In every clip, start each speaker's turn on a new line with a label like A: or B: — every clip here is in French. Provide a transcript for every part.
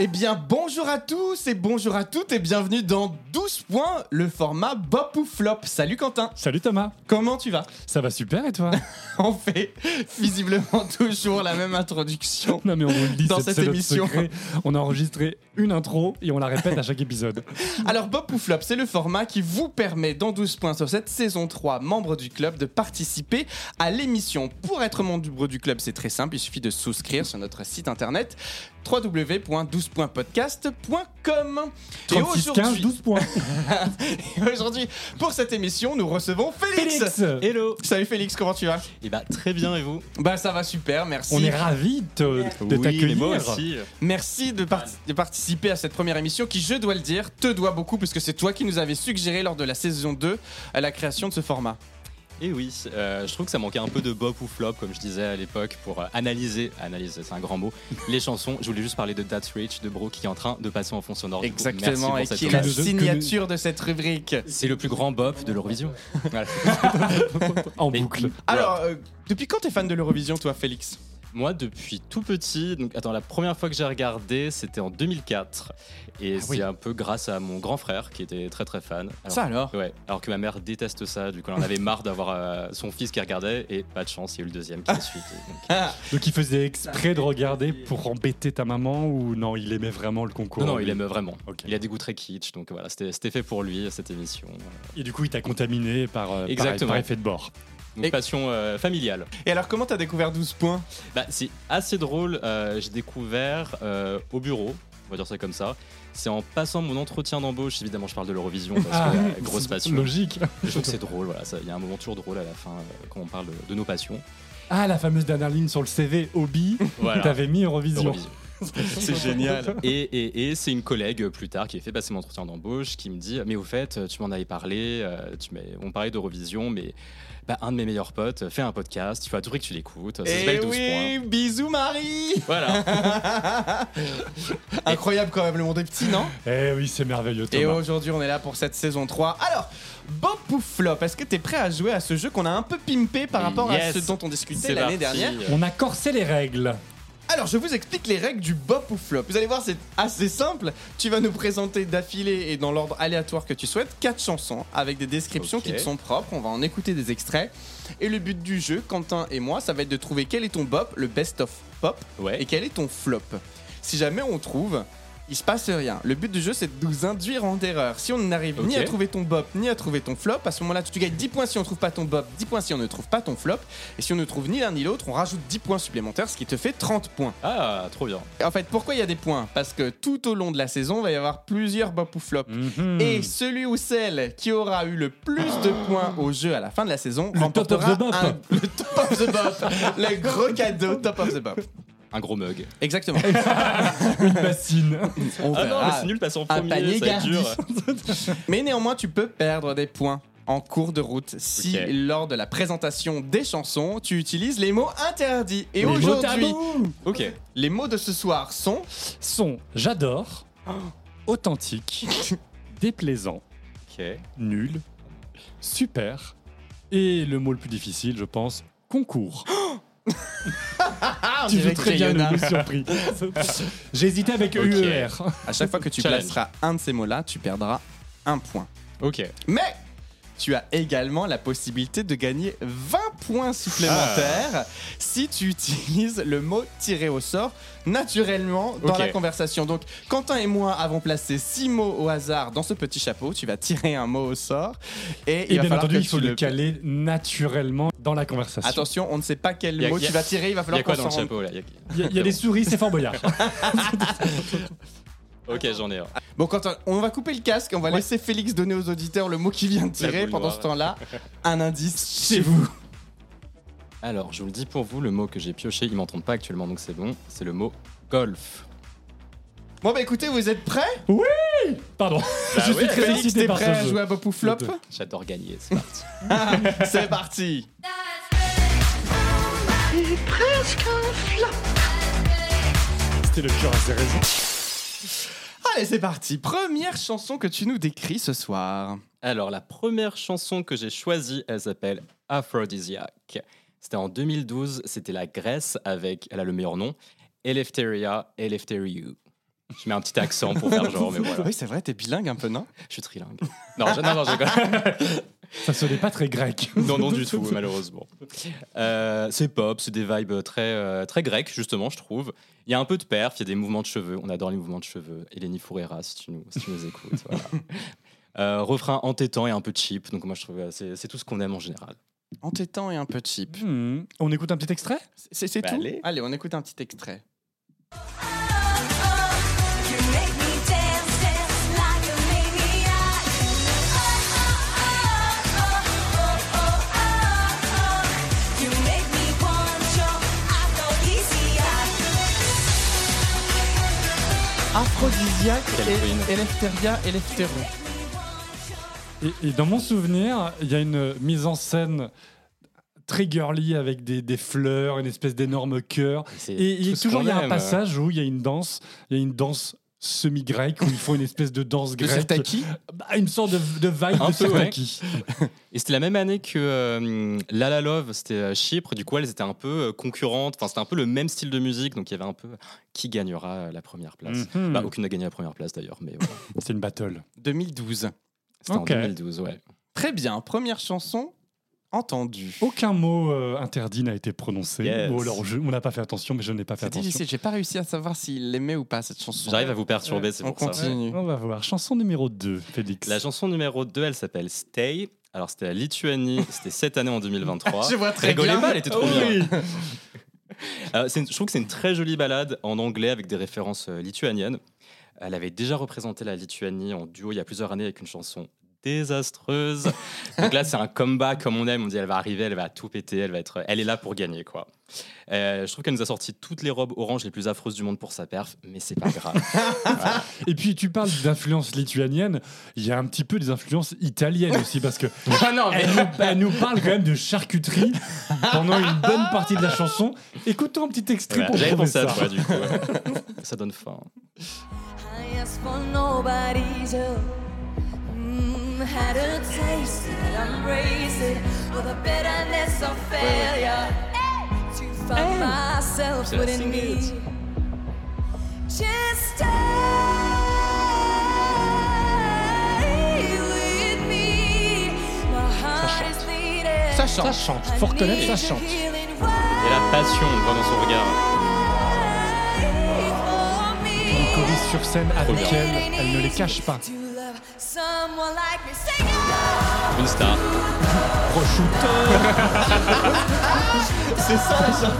A: Eh bien, bonjour à tous et bonjour à toutes et bienvenue dans 12 points, le format Bop ou Flop. Salut Quentin,
B: Salut Thomas,
A: comment tu vas
B: ça va super et toi
A: On fait visiblement toujours la même introduction.
B: Non mais on vous le dit,
A: Dans
B: c'est-
A: cette
B: c'est notre
A: émission.
B: secret. On a enregistré une intro et on la répète à chaque épisode.
A: Alors, Bop ou Flop, c'est le format qui vous permet, dans 12 points sur cette saison 3, membre du club, de participer à l'émission. Pour être membre du club, c'est très simple, il suffit de souscrire sur notre site internet www.12.podcast.com. Et
B: 36, 15, 12 points.
A: Et Aujourd'hui, pour cette émission, nous recevons Félix.
B: Félix
C: Hello
A: Salut Félix, comment tu vas
C: Et bah très bien et vous
A: Bah ça va super, merci.
B: On est ravis de, te- de
C: mais
B: t'accueillir.
C: moi aussi.
A: Merci de, par- de participer à cette première émission qui, je dois le dire, te doit beaucoup parce que c'est toi qui nous avais suggéré lors de la saison 2 à la création de ce format.
C: Et oui, euh, je trouve que ça manquait un peu de bop ou flop comme je disais à l'époque pour euh, analyser, analyser c'est un grand mot, les chansons. Je voulais juste parler de That's Rich de Brooke qui est en train de passer en fond sonore. Du coup,
A: Exactement, et
C: Oh, merci
A: qui
C: pour cette
A: est
B: Que
A: la
C: occasion.
B: nous- que nous-
A: signature de cette rubrique.
C: C'est le plus grand bop de l'Eurovision. Voilà.
B: En
C: Mais-
B: boucle.
A: Alors, euh, depuis quand t'es fan de l'Eurovision, toi, Félix
C: Moi depuis tout petit, donc attends, la première fois que j'ai regardé, c'était en 2004
A: Ah
C: et
B: oui.
C: c'est un peu grâce à mon grand frère qui était très très fan. Alors,
A: alors
C: Ouais, alors que ma mère déteste ça, du coup elle en avait marre d'avoir euh, son fils qui regardait et pas de chance, il y a eu le deuxième
A: Ah.
C: qui a suivi. donc.
B: Donc il faisait exprès de regarder pour embêter ta maman ou non, il aimait vraiment le concours
C: Non, non, il aime vraiment.
B: Ok.
C: Il a des goûts très kitsch, donc voilà, c'était c'était fait pour lui cette émission.
B: Et du coup, il t'a contaminé par, euh, par-
C: Exactement.
B: par effet de bord.
C: Donc
A: Et-
C: passion euh, familiale.
A: Et alors, comment t'as découvert 12 points
C: Bah, c'est assez drôle, euh, j'ai découvert euh, au bureau, on va dire ça comme ça. C'est en passant mon entretien d'embauche, évidemment je parle de l'Eurovision, parce que euh, grosse
B: Ah, c'est
C: passion.
B: Logique.
C: Je trouve que c'est drôle, voilà, ça- il y a un moment toujours drôle à la fin euh, quand on parle de, de nos passions.
B: Ah, la fameuse dernière ligne sur le CV, hobby,
C: Voilà.
B: t'avais mis Eurovision.
C: Eurovision. C'est
A: génial.
C: Et, et- et c'est une collègue euh, plus tard qui a fait passer mon entretien d'embauche qui me dit Mais au fait, euh, tu m'en avais parlé, euh, tu m'as- on parlait d'Eurovision, mais bah, un de mes meilleurs potes euh, fait un podcast, il faudrait que tu l'écoutes, ça
A: Eh
C: s'appelle 12
A: oui,
C: points.
A: bisous Marie
C: Voilà.
A: Incroyable quand même, le monde est petit, non
B: Eh oui, c'est merveilleux,
A: Et
B: Thomas.
A: aujourd'hui, on est là pour cette saison 3. Alors, Bob ou Flop, est-ce que t'es prêt à jouer à ce jeu qu'on a un peu pimpé par rapport
C: Yes.
A: à ce dont on discutait
C: C'est
A: l'année
C: parti.
A: dernière
B: On a corsé les règles.
A: Alors, je vous explique les règles du Bop ou Flop. Vous allez voir, c'est assez simple. Tu vas nous présenter d'affilée et dans l'ordre aléatoire que tu souhaites quatre chansons avec des descriptions
C: Ok.
A: qui te sont propres. On va en écouter des extraits. Et le but du jeu, Quentin et moi, ça va être de trouver quel est ton Bop, le best of pop, et
C: euh, Ouais.
A: quel est ton flop. Si jamais on trouve, il se passe rien. Le but du jeu, c'est de nous induire en erreur. Si on n'arrive ni
C: Ok.
A: à trouver ton bop, ni à trouver ton flop, à ce moment-là, tu gagnes 10 points si on trouve pas ton bop, 10 points si on ne trouve pas ton flop. Et si on ne trouve ni l'un ni l'autre, on rajoute 10 points supplémentaires, ce qui te fait 30 points.
C: Ah, trop bien.
A: En fait, pourquoi il y a des points Parce que tout au long de la saison, il va y avoir plusieurs bop ou flop.
B: Hmm.
A: Et celui ou celle qui aura eu le plus de points au jeu à la fin de la saison
B: Le top of
A: remportera
B: the bop.
A: un- le top of the bop, le gros cadeau top of the bop.
C: Un gros mug.
A: Exactement.
B: une bassine.
A: On
C: Ah non,
A: verra.
C: mais c'est nul, passe en
A: un
C: premier,
A: panier
C: ça
A: garni.
C: dure.
A: Mais néanmoins, tu peux perdre des points en cours de route si,
C: Ok.
A: lors de la présentation des chansons, tu utilises les mots interdits. Et
B: Les mots
A: aujourd'hui,
B: tabous
C: Ok.
A: les mots de ce soir sont
B: sont j'adore, authentique, déplaisant,
C: Ok.
B: nul, super et le mot le plus difficile, je pense, concours.
A: Ah, on
B: tu
A: dirait
B: veux très bien
A: Crayonna.
B: nous surpris. J'ai hésité avec E
C: Ok.
B: EER.
A: À chaque fois que tu
C: Challenge.
A: placeras un de ces mots-là, tu perdras un point.
C: Ok.
A: Mais tu as également la possibilité de gagner 20 points
C: Ah.
A: supplémentaires si tu utilises le mot tiré au sort naturellement dans
C: Ok.
A: la conversation. Donc, Quentin et moi avons placé 6 mots au hasard dans ce petit chapeau. Tu vas tirer un mot au sort et, il
B: Et
A: va
B: bien
A: falloir
B: entendu,
A: que
B: il faut
A: tu
B: le caler naturellement dans la conversation.
A: Attention, on ne sait pas quel
C: Y a-
A: mot
C: y a-
A: tu vas tirer. Il va
C: Il y a
A: falloir
C: quoi
A: qu'on
C: dans le
A: s'en rende
C: chapeau là Y a-
B: Il y a, il y a des souris, c'est Fort Boyard.
C: Ok, j'en ai un.
A: Bon, Quentin, on va couper le casque. On va
C: Ouais.
A: laisser Félix donner aux auditeurs le mot qu'il vient de tirer.
C: boule
A: Pendant
C: noire.
A: ce temps-là, un indice chez vous.
C: Alors, je vous le dis pour vous, le mot que j'ai pioché, ils m'entendent pas actuellement, donc c'est bon. C'est le mot golf.
A: Bon, bah écoutez, vous êtes prêts
B: Pardon. je suis très
C: ouais,
A: Bah Ah Félix,
B: excité
A: t'es
B: par
A: prêt
B: ce
A: à
B: jeu.
A: jouer à Bop ou Flop
B: Le deux.
C: J'adore gagner, c'est parti.
A: Ah, C'est parti
B: C'était le cœur à ses raisons.
A: Allez, c'est parti Première chanson que tu nous décris ce soir.
C: Alors, la première chanson que j'ai choisie, elle s'appelle Aphrodisiac. C'était en 2012, c'était la Grèce avec, elle a le meilleur nom, Eleftheria Eleftheriou. Je mets un petit accent pour faire genre, mais bah, voilà.
A: Oui, c'est vrai, t'es bilingue un peu, non
C: Je suis trilingue. Non, je- non, non, je rigole.
B: Ça se n'est pas très grec.
C: non, non, du tout, malheureusement. Euh, c'est pop, c'est des vibes très, euh, très grecques, justement, je trouve. Il y a un peu de perf, il y a des mouvements de cheveux. On adore les mouvements de cheveux. Eleni Fourera, si tu nous, si tu nous écoutes. voilà. Euh, refrain entêtant et un peu cheap. Donc, moi, je trouve que c'est c'est tout ce qu'on aime en général.
A: Entêtant et un peu cheap.
B: Hmm. On écoute un petit extrait
A: C'est c'est
C: Bah,
A: tout
C: allez.
A: allez, on écoute un petit extrait.
D: You make me dance, dance like a maniac. You make me want your aphrodisiac.
A: Aphrodisiaque
C: Quelle queen.
A: et Eleftheria Eleftheron.
B: Et, et dans mon souvenir, il y a une mise en scène très girly avec des, des fleurs, une espèce d'énorme cœur.
C: C'est
B: Et il y a
C: tout ce
B: toujours
C: qu'on
B: il y a un
C: aime.
B: passage où il y a une danse, il y a une danse semi-grecque où ils font une espèce de danse
A: De
B: grecque,
A: Sirtaki
B: Bah, une sorte de, de vibe
C: Un
B: de
C: peu, ouais.
B: Sirtaki.
C: Et c'était la même année que euh, La La Love, c'était à Chypre, du coup elles étaient un peu euh, concurrentes, enfin c'était un peu le même style de musique, donc il y avait un peu qui gagnera euh, la première place.
B: Mhm.
C: Bah, aucune n'a gagné la première place d'ailleurs, mais voilà.
B: C'est une battle.
A: 2012.
C: C'était
B: Ok.
C: en 2012, ouais.
A: Très bien, première chanson entendue.
C: Oh,
B: Aucun mot euh, interdit n'a été prononcé.
C: Yes.
B: Bon, alors, je- on n'a pas fait attention, mais je n'ai pas fait
A: C'est
B: attention.
A: difficile, j'ai pas réussi à savoir s'il l'aimait ou pas cette chanson.
C: J'arrive à vous perturber, c'est
A: On
C: pour ça.
A: continue.
B: On va voir. Chanson numéro 2, Félix.
C: La chanson numéro 2, elle s'appelle Stay. Alors c'était la Lituanie, c'était cette année en 2023.
A: Je vois très
C: Rigolez
A: bien. Oh.
C: pas, elle était trop
A: Oui.
C: bien. Euh, c'est une- je trouve que c'est une très jolie balade en anglais avec des références euh, lituaniennes. Elle avait déjà représenté la Lituanie en duo il y a plusieurs années avec une chanson désastreuse. Donc là, c'est un combat comme on aime. On dit elle va arriver, elle va tout péter, elle va être, elle est là pour gagner quoi. Euh, je trouve qu'elle nous a sorti toutes les robes oranges les plus affreuses du monde pour sa perf, mais c'est pas grave.
B: Et puis, tu parles d'influence lituanienne. Il y a un petit peu des influences italiennes aussi, parce que
C: Ah non, mais-
B: elle nous, elle nous parle quand même de charcuterie pendant une bonne partie de la chanson. Écoutons un petit extrait
C: Voilà,
B: pour
C: J'avais
B: prouver
C: pensé
B: ça.
C: à toi du coup. ça donne faim.
D: I asked for nobody's help. Mm, had a taste and I'm raising for the bitterness of failure. To find myself
C: Should I
D: within
C: sing
D: me.
C: it?
D: Just stay with me. My heart is bleeding.
A: Ça chante.
D: I
B: Faut reconnaître, ça
D: need your
B: chante.
D: healing
C: Et la passion, on voit dans son regard.
D: word for me.
B: Coris sur scène avec
C: bien.
B: elle, elle ne les cache pas.
D: To love someone like me, say no.
C: Une star.
A: C'est ça la chanson.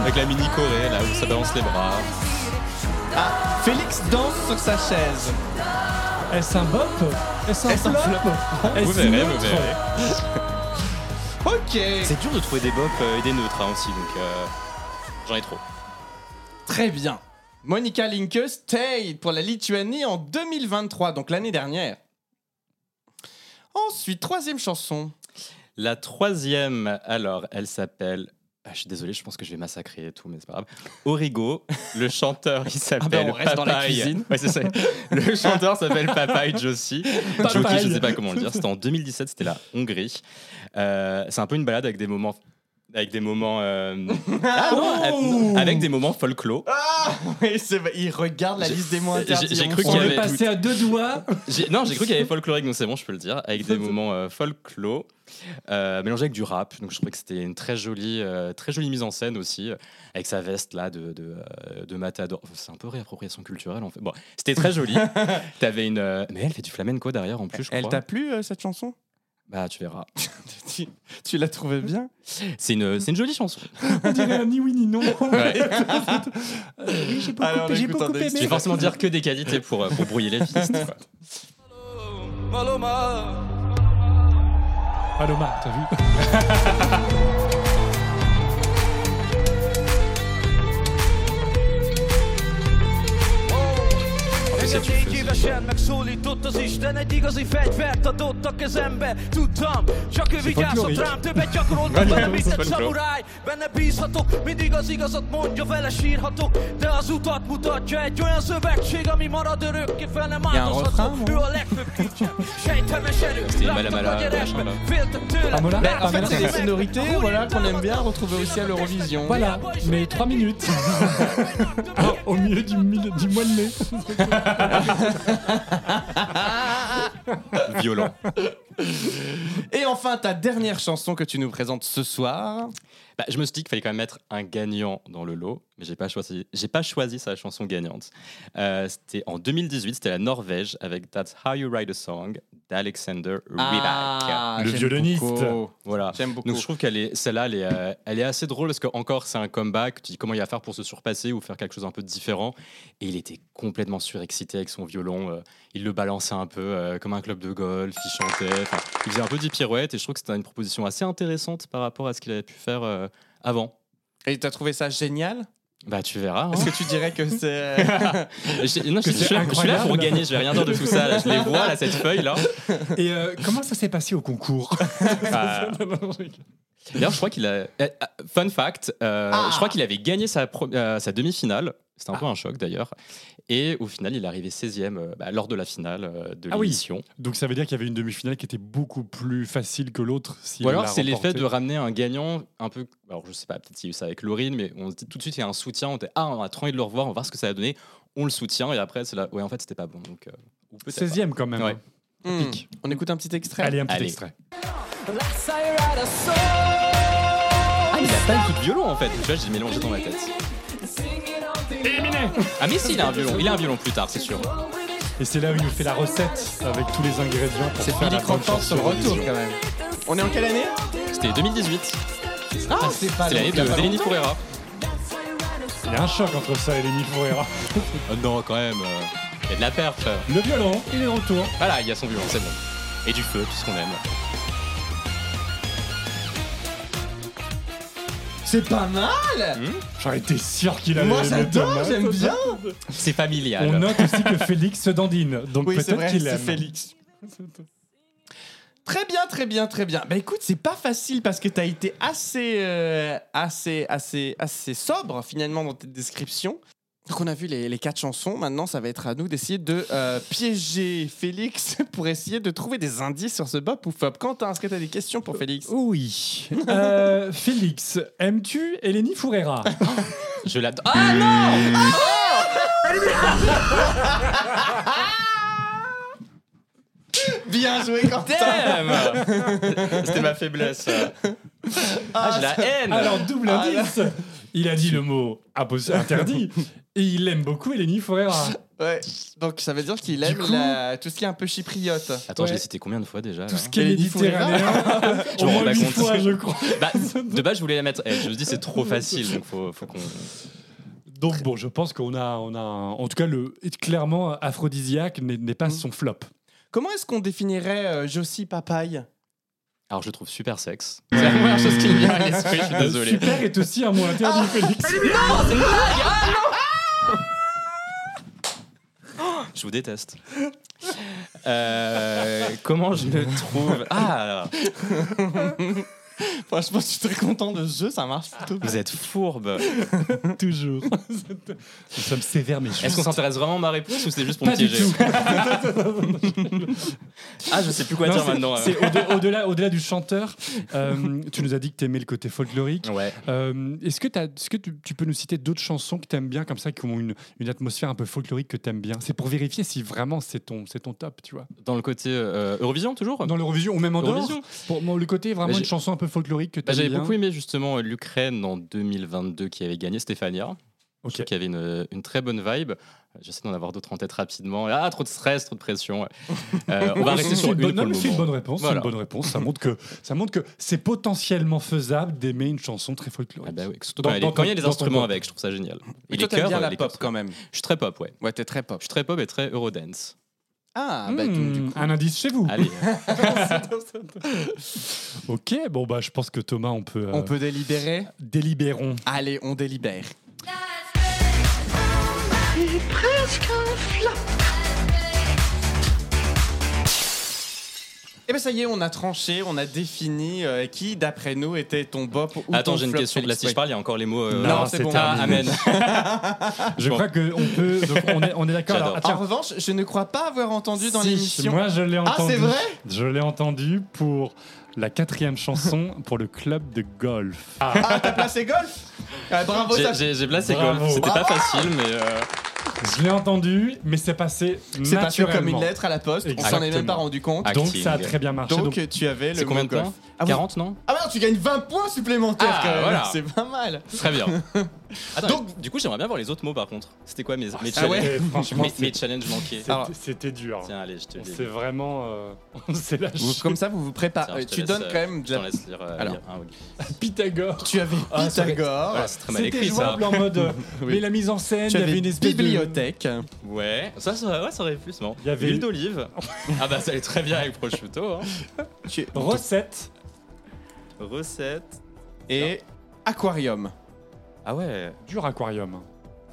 C: Avec la mini Corée, là où ça balance les bras.
A: Ah, Félix danse sur sa chaise.
B: Est-ce un bop Est-ce un
A: Est-ce un
B: flop
C: Vous
B: Est-ce
C: verrez,
B: neutre
C: vous verrez.
A: Ok.
C: C'est dur de trouver des bops euh, et des neutres hein, aussi, donc euh, j'en ai trop.
A: Très bien. Monica Linke, Stay pour la Lituanie en 2023, donc l'année dernière. Ensuite, troisième chanson.
C: La troisième, alors, elle s'appelle. Ah, je suis désolé, je pense que je vais massacrer et tout, mais c'est pas grave. Origo, le chanteur, il s'appelle
A: on reste dans la
C: Papaye.
A: cuisine.
C: Ouais, c'est ça. Le chanteur s'appelle Papaye Joshi. Joki, je sais pas comment le dire. C'était en 2017, c'était la Hongrie. Euh, c'est un peu une balade avec des moments. Avec des moments. euh, Ah non, euh, Avec des moments folklore.
A: Oui, c'est vrai, Il regarde la
C: J'ai-
A: liste des mots
C: j'ai-
A: interdits.
C: j'ai
A: on
C: cru
A: sent
C: qu'il y
A: le
C: avait-
A: pas-
B: à deux doigts.
C: J'ai- Non, j'ai cru qu'il y avait folklorique, donc c'est bon, je peux le dire, avec des moments euh, folklore euh, mélangés avec du rap. Donc je trouvais que c'était une très jolie, euh, très jolie mise en scène aussi, euh, avec sa veste là de, de, euh, de matador. C'est un peu réappropriation culturelle en fait. Bon, c'était très joli. T'avais une, euh, mais elle fait du flamenco derrière en plus, je
A: Elle
C: crois.
A: t'a plu euh, cette chanson
C: Bah tu verras.
A: tu, tu l'as trouvée bien
C: C'est une, c'est une jolie chanson.
B: On dirait un ni oui ni non.
C: Ouais.
B: Euh, oui, j'ai
A: Alors, on
B: beaucoup, j'ai
A: écoute un
B: beaucoup
C: Je vais
B: aimé.
C: forcément dire que des qualités pour, euh, pour brouiller les pistes. quoi.
B: Paloma, t'as vu
C: En plus, szomszéd
E: Engem négy
C: főzi.
E: évesen megszólított az Isten Egy igazi fegyvert adott a kezembe Tudtam, csak ő vigyázott
B: folklorik.
E: rám Többet gyakoroltam vele, mint egy szamuráj Benne bízhatok, mindig az igazat mondja Vele sírhatok, de az utat mutatja Egy olyan szövetség, ami marad örökké Fel nem
A: Ilyen
E: áldozható,
A: refrain,
E: ő a legfőbb kincsem Sejthemes erő,
C: így
E: láttam
C: Malamara
E: a gyerekben
C: Vachon, là.
E: Féltek
B: Ah,
E: tőle,
B: voilà.
A: Ben, en fait,
B: Ah,
A: c'est des
B: merci.
A: sonorités voilà, qu'on aime bien retrouver aussi à l'Eurovision.
B: Voilà, mais 3 minutes au milieu du, mil- du mois de mai.
C: Violent.
A: Et enfin, ta dernière chanson que tu nous présentes ce soir.
C: Bah, je me suis dit qu'il fallait quand même mettre un gagnant dans le lot, mais j'ai pas choisi. J'ai pas choisi sa chanson gagnante. Euh, c'était en 2018, c'était la Norvège avec That's How You Write a Song d'Alexander Rybak.
B: Le
A: Ah, j'aime
B: violoniste.
A: beaucoup.
C: Voilà.
A: J'aime beaucoup.
C: Donc je trouve qu'elle est celle-là, elle est, euh, elle est assez drôle parce que encore c'est un comeback. Tu dis comment il va faire pour se surpasser ou faire quelque chose un peu différent. Et il était complètement surexcité avec son violon. euh, il le balançait un peu euh, comme un club de golf. Il chantait. Enfin, Il faisait un peu des pirouettes. Et je trouve que c'était une proposition assez intéressante par rapport à ce qu'il avait pu faire euh, avant.
A: Et t'as trouvé ça génial
C: Bah tu verras. hein.
A: Est-ce que tu dirais que c'est. euh,
C: Je- non, je,
B: Que
C: je-
B: c'est
C: je suis là
B: incroyable.
C: pour gagner. Je vais rien dire de tout ça. là. Je les vois là cette feuille là.
B: Et euh, comment ça s'est passé au concours Ah.
C: Bah, D'ailleurs, je crois qu'il a. eh, ah, Fun fact, euh,
B: Ah.
C: je crois qu'il avait gagné sa, pro- euh, sa demi-finale. C'était un peu un choc d'ailleurs. Et au final, il est arrivé 16e euh, bah, lors de la finale euh, de
B: Ah oui.
C: l'émission.
B: Donc ça veut dire qu'il y avait une demi-finale qui était beaucoup plus facile que l'autre. si
C: Ou
B: on
C: alors,
B: l'a
C: c'est l'effet
B: remportée.
C: de ramener un gagnant un peu. Alors, je sais pas, peut-être qu'il y a eu ça avec Laurine, mais on se dit tout de suite, il y a un soutien. On était, ah, on a trop envie de le revoir, on va voir ce que ça va donner. On le soutient et après, c'est là. Ouais, en fait, c'était pas bon. Donc, euh, ou peut-être pas.
B: 16e quand même.
C: Ouais.
A: Hmm. On écoute un petit extrait.
B: Allez, un petit
C: Allez.
B: extrait.
C: Ah, il a pas du tout de violon en fait. Tu vois, j'ai mélangé dans ma tête.
B: Éliminé
C: Ah, mais si, il a un violon. Il a un violon plus tard, c'est sûr.
B: Et c'est là où il nous fait la recette avec tous les ingrédients pour
A: C'est
B: faire
A: Billy
B: la bonne
A: Crawford sur
B: chanson.
A: retour quand même. On est en quelle année
C: C'était 2018.
A: Ah, c'est pas
C: C'est l'année de Delaney Fourera.
B: Il y a un choc entre ça et Lenny Fourera.
C: Oh non, quand même. euh, Il y a de la perf. euh.
B: Le violon, il est de retour.
C: Voilà, il y a son violon, c'est bon. Et du feu, tout ce qu'on aime.
A: C'est pas mal
B: J'aurais été sûr qu'il allait
A: Moi,
B: aimer
A: j'adore,
B: Thomas.
A: j'aime bien.
C: C'est familial.
B: On note aussi que Félix se dandine. Donc
A: Oui, c'est
B: peut-être
A: vrai,
B: qu'il
A: c'est
B: aime.
A: Félix. Très bien, très bien, très bien. Bah écoute, c'est pas facile parce que t'as été assez, euh, assez, assez, assez sobre finalement dans tes descriptions. Donc on a vu les, les quatre chansons. Maintenant, ça va être à nous d'essayer de euh, piéger Félix pour essayer de trouver des indices sur ce bop ou fop. Quentin, est-ce que t'as des questions pour Félix
B: Oui. Euh, Félix, aimes-tu Eleni Fourera
C: Je l'attends. Ah non Ah, oh
A: Bien joué, Quentin.
C: Damn C'était ma faiblesse. Ah, j'ai la haine
B: Alors, double
A: Ah, là.
B: indice. Il a dit le mot impos- interdit et il aime beaucoup Eleni Fourera.
A: Ouais. Donc ça veut dire qu'il aime
B: coup-
A: la- tout ce qui est un peu chypriote.
C: Attends,
B: Ouais.
C: j'ai cité combien de fois déjà là
B: Tout ce qui est
A: Eleni
B: méditerranéen,
C: Je
B: au
C: me rends
B: moins
C: pas
B: huit
C: compte.
B: fois, je crois.
C: Bah, de base, je voulais la mettre. elle. Je me dis, c'est trop facile, donc faut, faut qu'on.
B: Donc bon, je pense qu'on a, on a, un- en tout cas, le et clairement aphrodisiaque n'est n'est pas son flop.
A: Comment est-ce qu'on définirait euh, Josie Papaye
C: Alors, je le trouve super sexe. C'est la première chose qui me vient à l'esprit, je suis Ah, désolé.
B: Euh, Super est aussi un mot interdit, Félix.
C: Je vous déteste. Euh, comment je le trouve Ah
A: Franchement, je suis très content de ce jeu, ça marche plutôt bien.
C: Vous êtes fourbe.
B: Toujours. Nous sommes sévères, mais
C: Est-ce qu'on
B: justes.
C: s'intéresse vraiment à ma réponse ou c'est juste pour
B: Pas
C: me
B: du
C: piéger
B: tout.
C: Ah, je sais plus quoi
B: Non,
C: dire
B: c'est-
C: maintenant. euh.
B: c'est au-de- au-delà au-delà du chanteur. euh, tu nous as dit que tu aimais le côté folklorique.
C: Ouais.
B: Euh, Est-ce que, t'as- est-ce que tu, tu peux nous citer d'autres chansons que tu aimes bien, comme ça, qui ont une, une atmosphère un peu folklorique que tu aimes bien C'est pour vérifier si vraiment c'est ton, c'est ton top, tu vois.
C: Dans le côté euh, Eurovision, toujours
B: Dans l'Eurovision ou même en dehors
C: Eurovision.
B: Pour moi, le côté vraiment
C: Bah, j'ai-
B: une chanson un peu folklorique que tu
C: Bah,
B: aimes
C: J'avais
B: bien.
C: beaucoup aimé justement euh, l'Ukraine en 2022 qui avait gagné Stéphania,
B: Ok.
C: qui avait une, euh, une très bonne vibe. J'essaie d'en avoir d'autres en tête rapidement. Ah, trop de stress, trop de pression. Euh, on va
B: Bah,
C: rester
B: C'est
C: sur
B: une
C: une
B: bonne, non,
C: pour le
B: mais c'est une
C: moment.
B: bonne réponse. c'est
C: Voilà.
B: Une bonne réponse. Ça montre que ça montre que c'est potentiellement faisable d'aimer une chanson très folklorique.
C: Ah bah oui, surtout
B: Dans-
C: quand, il y a-
B: dans
C: quand il y a
B: ton-
C: des
B: dans ton
C: instruments
B: pop.
C: avec, je trouve ça génial.
A: Mais
C: les
A: toi, t'aimes bien
C: chœurs, euh,
A: la
C: les
A: pop
C: chœurs.
A: quand même.
C: Je suis très pop, ouais.
A: Ouais, t'es très pop.
C: Je suis très pop et très Eurodance.
A: Ah, bah, donc, du
B: Hmm,
A: coup.
B: un indice chez vous.
C: Allez,
B: Ok, bon bah je pense que Thomas, on peut, euh,
A: On peut délibérer
B: délibérons.
A: Allez, on délibère.
F: Il est presque un flop.
A: Eh ben ça y est, on a tranché, on a défini euh, qui, d'après nous, était ton bop ou
C: Attends,
A: ton
C: j'ai une
A: flop,
C: question. Là,
A: Félix.
C: si je parle, il y a encore les mots. euh,
A: Non,
C: là.
A: c'est bon.
C: Ah,
A: terminé.
C: amen.
B: Je
C: Ah, Bon.
B: crois qu'on peut. donc on est, on est d'accord.
C: J'adore.
B: Alors, ah,
A: En
B: tiens,
A: revanche, je ne crois pas avoir entendu dans
B: si,
A: l'émission.
B: Moi, je l'ai
A: Ah,
B: entendu.
A: c'est vrai
B: Je l'ai entendu pour la quatrième chanson pour le club de golf.
A: Ah, t'as placé golf Ah, Bravo,
C: J'ai-
A: ça
C: J'ai j'ai placé
B: Bravo.
C: golf. C'était pas facile, mais. euh,
B: Je l'ai entendu, mais c'est passé
A: C'est passé
B: naturellement.
A: comme une lettre à la poste, on s'en est même pas
B: Exactement.
A: rendu compte.
C: Ah,
B: Donc
C: Acting.
B: ça a très bien marché.
A: Donc, euh,
B: Donc, euh,
A: tu avais le
C: C'est combien
A: mot
C: de points
A: golf. Ah, oui.
C: 40, non
A: Ah merde, tu gagnes 20 points supplémentaires
C: Ah,
A: quand même.
C: voilà.
A: C'est pas mal.
C: Très bien. Attends,
A: Donc-
C: du coup, j'aimerais bien voir les autres mots par contre. C'était quoi mes, mes
A: Ah
C: challenges
A: ouais.
B: eh, franchement,
C: mes,
B: c'est-
C: mes challenges manqués
B: c'était-
A: Alors-
B: c'était dur.
C: Tiens, allez, je te
B: On
C: dis.
B: s'est vraiment. euh, on s'est lâché.
A: Vous- comme ça, vous vous préparez.
C: Tiens, je te
A: Ah, tu
C: laisse,
A: donnes
C: euh,
A: quand même de
C: Je t'en
A: la...
C: laisse lire. euh,
A: Alors. Oh,
C: lire un, ok.
B: Pythagore.
A: Tu avais
B: Ah, ça va être-
A: Pythagore.
C: Voilà, c'est très mal
B: C'était
C: écrit ça.
B: jouable en mode. euh,
A: Oui.
B: Mais la mise en scène,
A: Tu
B: il y
A: avais
B: avait une espèce de-
A: bibliothèque.
C: Ouais, ça, ça, aurait- ouais, ça aurait plus, non
B: Il y avait-
C: Huile d'olive. ah bah, ça allait très bien avec prosciutto. Hein.
A: Tu-
B: Recette.
C: Recette.
A: Et aquarium.
C: Ah ouais.
B: Dur aquarium.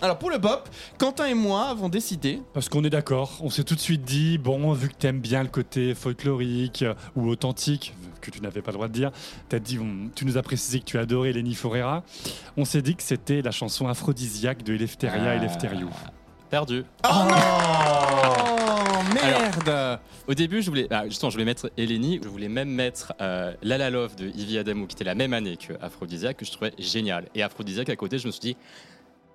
A: Alors pour le bop, Quentin et moi avons décidé.
B: Parce qu'on est d'accord, on s'est tout de suite dit, bon, vu que t'aimes bien le côté folklorique euh, ou authentique, que tu n'avais pas le droit de dire, t'as dit, on- tu nous as précisé que tu adorais Lenny Forera, on s'est dit que c'était la chanson aphrodisiaque de Eleftheria
C: Ah.
B: et Eleftheriou.
C: Perdu.
A: Oh, non Merde
C: Au début, je voulais, ah, justement, je voulais mettre Eleni, je voulais même mettre euh, La La Love de Ivy Adamo, qui était la même année que Aphrodisiaque, que je trouvais génial. Et Aphrodisiaque, à côté, je me suis dit,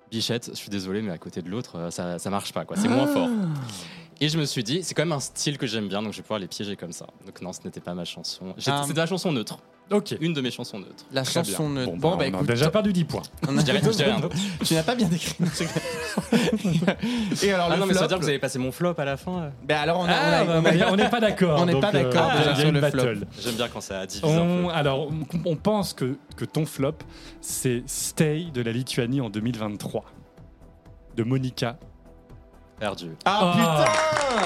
C: Bichette, je suis désolé, mais à côté de l'autre, euh, ça, ça marche pas, quoi. C'est moins fort. Et je me suis dit, c'est quand même un style que j'aime bien, donc je vais pouvoir les piéger comme ça. Donc non, ce n'était pas ma chanson. J'ai-
A: Ah.
C: C'était la chanson neutre,
B: Ok.
A: Euh,
C: une de mes chansons neutres.
A: La
B: Très
A: chanson
B: bien.
A: ne.
B: Bon, bah, on a déjà perdu 10 points.
A: on a-
C: Je dirais, je dirais un autre.
A: tu n'as pas bien décrit. et alors
C: Ah
A: le
C: non, mais ça
A: flop.
C: veut dire que vous avez passé mon flop à la fin. euh.
A: Ben alors on a.
C: Ah,
A: on a-
C: bah,
A: on a-
B: On est- On n'est pas d'accord.
A: On n'est
B: donc,
A: pas d'accord
B: euh,
A: déjà
B: il y a
A: sur
B: une
A: le flop.
B: battle.
C: J'aime bien quand ça divise un
B: On,
C: peu.
B: alors, on- on pense que, que ton flop, c'est Stay de la Lituanie en 2023, de Monica.
C: Perdu.
A: Ah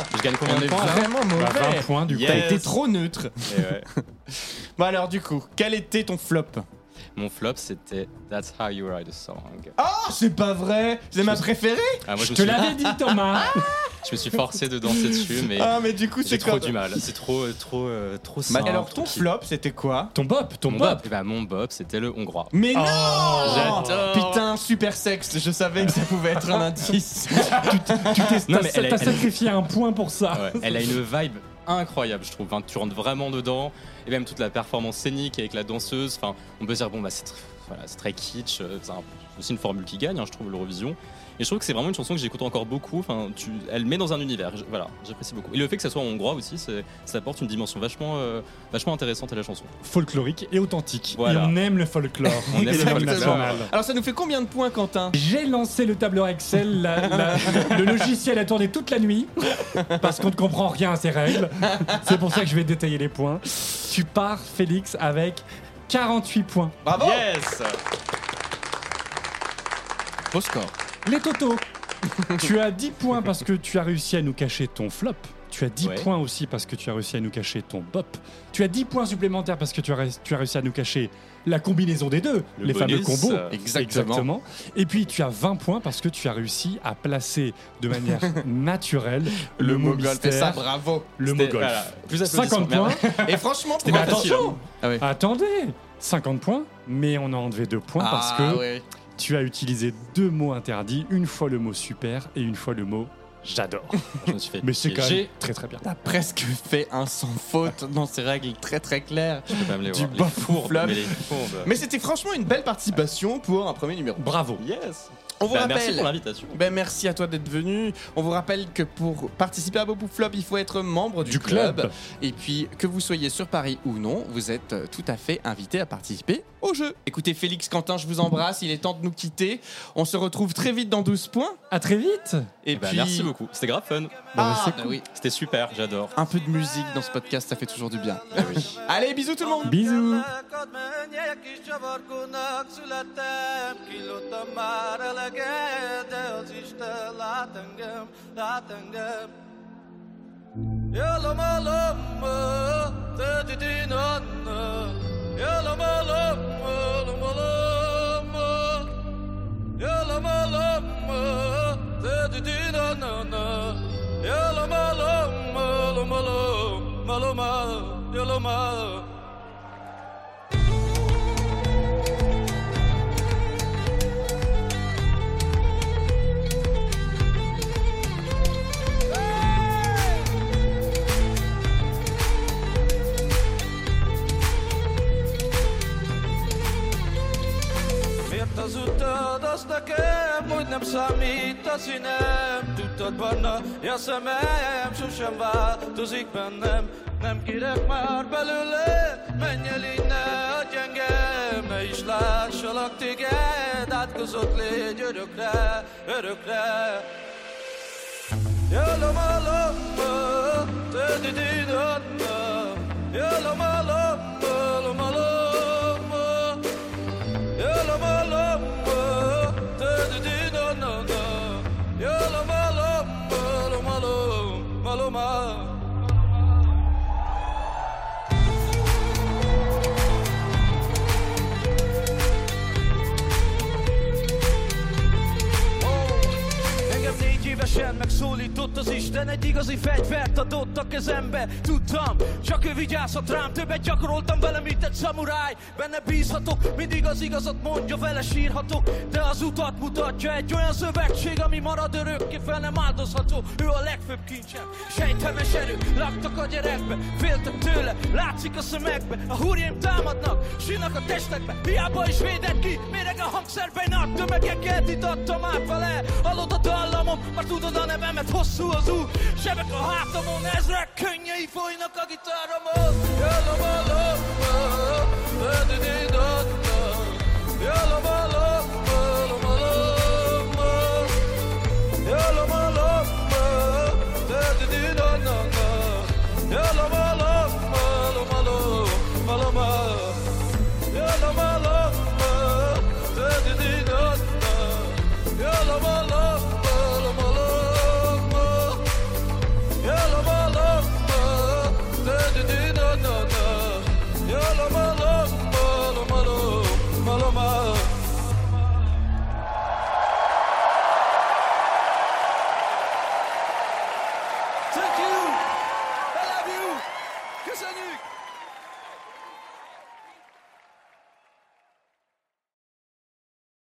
A: putain
C: Je gagne combien
A: On
C: de
A: est
C: points là
A: vraiment
B: Bah,
A: mauvais
B: 20 points du
C: Yes.
B: coup.
A: T'as été trop neutre.
C: Eh ouais.
A: Bon alors du coup, quel était ton flop
C: Mon flop, c'était That's How You Write a Song.
A: Oh c'est pas vrai C'est ma préférée
C: Ah, moi,
B: Je
C: me
B: te
C: suis-
B: l'avais dit, Thomas.
C: Je me suis forcé de danser dessus, mais
A: Ah mais du coup
C: j'ai
A: c'est
C: trop
A: quoi
C: du mal. C'est trop, euh, trop, euh, trop
A: Bah,
C: simple.
A: alors ton flop c'était quoi Oh,
B: ton bop, ton
C: Mon
B: bop.
C: bop, eh ben, mon bop, c'était le hongrois.
A: mais non
C: j'adore.
A: Putain, super sexe, je savais que ça pouvait être un indice.
C: Non,
B: T'as
C: mais elle,
B: t'as
C: a- elle a-
B: sacrifié un point pour ça.
C: ouais, elle a une vibe incroyable, je trouve. Enfin, tu rentres vraiment dedans, et même toute la performance scénique avec la danseuse. Enfin, on peut se dire bon bah c'est tr- voilà, c'est très kitsch. euh, C'est un- c'est aussi une formule qui gagne, hein, je trouve l'Eurovision. Et je trouve que c'est vraiment une chanson que j'écoute encore beaucoup. Enfin, tu, elle met dans un univers. Je- voilà, j'apprécie beaucoup. Et le fait que ça soit en hongrois aussi, c'est- ça apporte une dimension vachement, euh, vachement intéressante à la chanson.
B: Folklorique et authentique.
C: Voilà.
B: Et on aime le folklore.
C: On aime le
B: l'hymne
C: folklore.
B: national.
A: Alors ça nous fait combien de points Quentin
B: J'ai lancé le tableur Excel, la- la- le, le logiciel a tourné toute la nuit parce qu'on ne comprend rien à ces règles. C'est pour ça que je vais détailler les points. Tu pars, Félix, avec 48 points.
C: Ah
A: Bravo
C: Yes.
A: Beau score.
B: Les totos Tu as 10 points parce que tu as réussi à nous cacher ton flop. Tu as 10
C: Ouais.
B: points aussi parce que tu as réussi à nous cacher ton bop. Tu as 10 points supplémentaires parce que tu as, ré- tu as réussi à nous cacher la combinaison des deux,
C: Le
B: les fameux
C: bonus,
B: combos.
C: euh,
B: Exactement. Et puis tu as 20 points parce que tu as réussi à placer de manière naturelle le, mot
A: golf, et ça
B: mystère,
A: bravo.
B: le mot
C: C'était-
B: golf.
C: voilà, plus applaudissements,
B: 50
C: merde.
B: points.
A: Et franchement,
C: C'était
A: pour-
C: pas facile,
A: attention
B: Attendez, 50 points, mais on a enlevé 2 points parce
A: Ah,
B: que
A: ouais.
B: tu as utilisé deux mots interdits, une fois le mot super et une fois le mot j'adore.
C: Je me suis fait
B: Mais c'est quand même
C: piéger.
B: très très bien.
A: T'as presque fait un sans faute dans ces règles très très claires.
C: Je peux pas me les
A: Du
C: voir. Les
A: bas
C: fourbes,
A: flamme.
C: mais les fourbes.
A: Mais c'était franchement une belle participation pour un premier numéro.
B: Bravo.
C: Yes
A: On vous
C: Bah,
A: rappelle.
C: Merci pour l'invitation.
A: Ben merci à toi d'être venu. On vous rappelle que pour participer à Bobo Flop, il faut être membre du,
B: Du club.
A: Et puis, que vous soyez sur Paris ou non, vous êtes euh, tout à fait invité à participer au jeu. Écoutez, Félix, Quentin, je vous embrasse. Il est temps de nous quitter. On se retrouve très vite dans 12 points.
B: À très vite.
A: Et
C: Bah,
A: puis,
C: Merci beaucoup. C'était grave fun.
A: Ah,
B: c'est
A: bah
B: cool.
A: oui.
C: C'était super, j'adore.
A: Un peu de musique dans ce podcast, ça fait toujours du bien. Allez, bisous tout le monde.
B: Bisous.
E: Ad menjek is csavargónak születtem, kilódtam már eleget, de az Isten lát engem, lát engem. Jöllöm a lomba, tedi din anna, jöllöm a lomba, lomba lomba. Jöllöm a lomba, tedi din anna, jöllöm a lomba, lomba lomba lomba. fordulom upp Miért az utad az nekem, hogy nem számít a színem Tudtad barna, ja szemem sosem változik bennem Nem kérek már belőle, menj el innen, adj engem Ne is lássalak téged, átkozott légy örökre, örökre Yalom alom tedidin atma Yalom alom alom alom Yalom alom tedidin anana Yalom alom alom alom alom alom Oh, Engem négy évesen megszólított az Isten Egy igazi fegyvert adott a kezembe Tudtam, csak ő vigyázhat rám Többet gyakoroltam vele, mint egy szamuráj Benne bízhatok, mindig az igazat mondja Vele sírhatok, de az utat mutatja Egy olyan szövetség, ami marad örökké Fel nem áldozható, ő a legfőbb kincsem Sejtemes erő, laktak a gyerekbe Féltek tőle, látszik a szemekbe A húrjaim támadnak, sinak a testekbe Hiába is védett ki, méreg a hangszerben Nagy tömegeket itattam át vele Hallod a dallamom, már tudod a nevemet Hosszú az út, sebek a hátamon Ezrek könnyei folynak a gitáromon Jellom a lomba, bedididadda Jellom a lomba, lomba, lomba Jellom a lomba, bedididadda Jellom a lomba, lomba, lomba, lomba Jellom a lomba, bedididadda Yalla bala, bala bala, bala. Yalla bala, bala, da da di da da da. Yalla bala, bala bala, bala bala. Thank you.